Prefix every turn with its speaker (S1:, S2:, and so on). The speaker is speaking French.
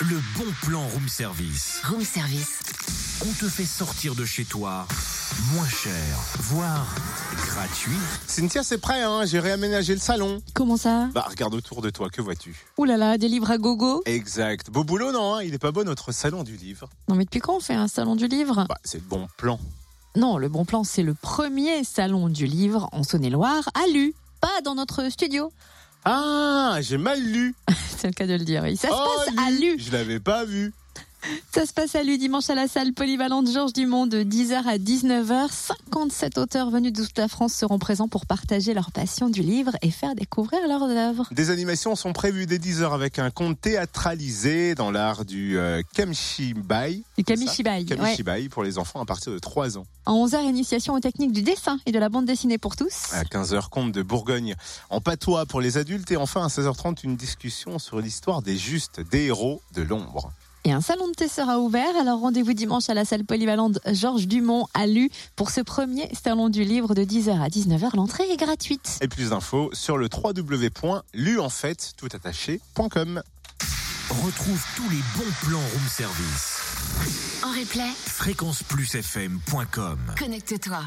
S1: Le bon plan room service.
S2: Room service.
S1: On te fait sortir de chez toi moins cher, voire gratuit.
S3: Cynthia, c'est prêt, hein j'ai réaménagé le salon.
S4: Comment ça
S3: Bah, regarde autour de toi, que vois-tu
S4: Ouh là là, des livres à gogo
S3: Exact. Beau boulot, non hein Il est pas beau notre salon du livre
S4: Non mais depuis quand on fait un salon du livre
S3: Bah, c'est le bon plan.
S4: Non, le bon plan, c'est le premier salon du livre en Saône-et-Loire à Lu, pas dans notre studio.
S3: Ah, j'ai mal lu.
S4: C'est le cas de le dire. oui. Ça se
S3: Oh,
S4: passe à Lu.
S3: Je l'avais pas vu.
S4: Ça se passe à Lu dimanche à la salle polyvalente Georges Dumont de 10h à 19h. 57 auteurs venus de toute la France seront présents pour partager leur passion du livre et faire découvrir leurs œuvres.
S3: Des animations sont prévues dès 10h avec un conte théâtralisé dans l'art du euh, Kamishibai.
S4: Et Camille Chibaï, ouais.
S3: Kamishibai pour les enfants à partir de 3 ans.
S4: À 11h, initiation aux techniques du dessin et de la bande dessinée pour tous.
S3: À 15h, conte de Bourgogne en patois pour les adultes. Et enfin, à 16h30, une discussion sur l'histoire des justes, des héros de l'ombre.
S4: Et un salon de thé sera ouvert. Alors rendez-vous dimanche à la salle polyvalente Georges Dumont à Lu pour ce premier salon du livre de 10h à 19h. L'entrée est gratuite.
S3: Et plus d'infos sur le www.luenfait.toutattaché.com.
S1: Retrouve tous les bons plans room service.
S2: En replay,
S1: fréquenceplusfm.com
S2: connecte-toi.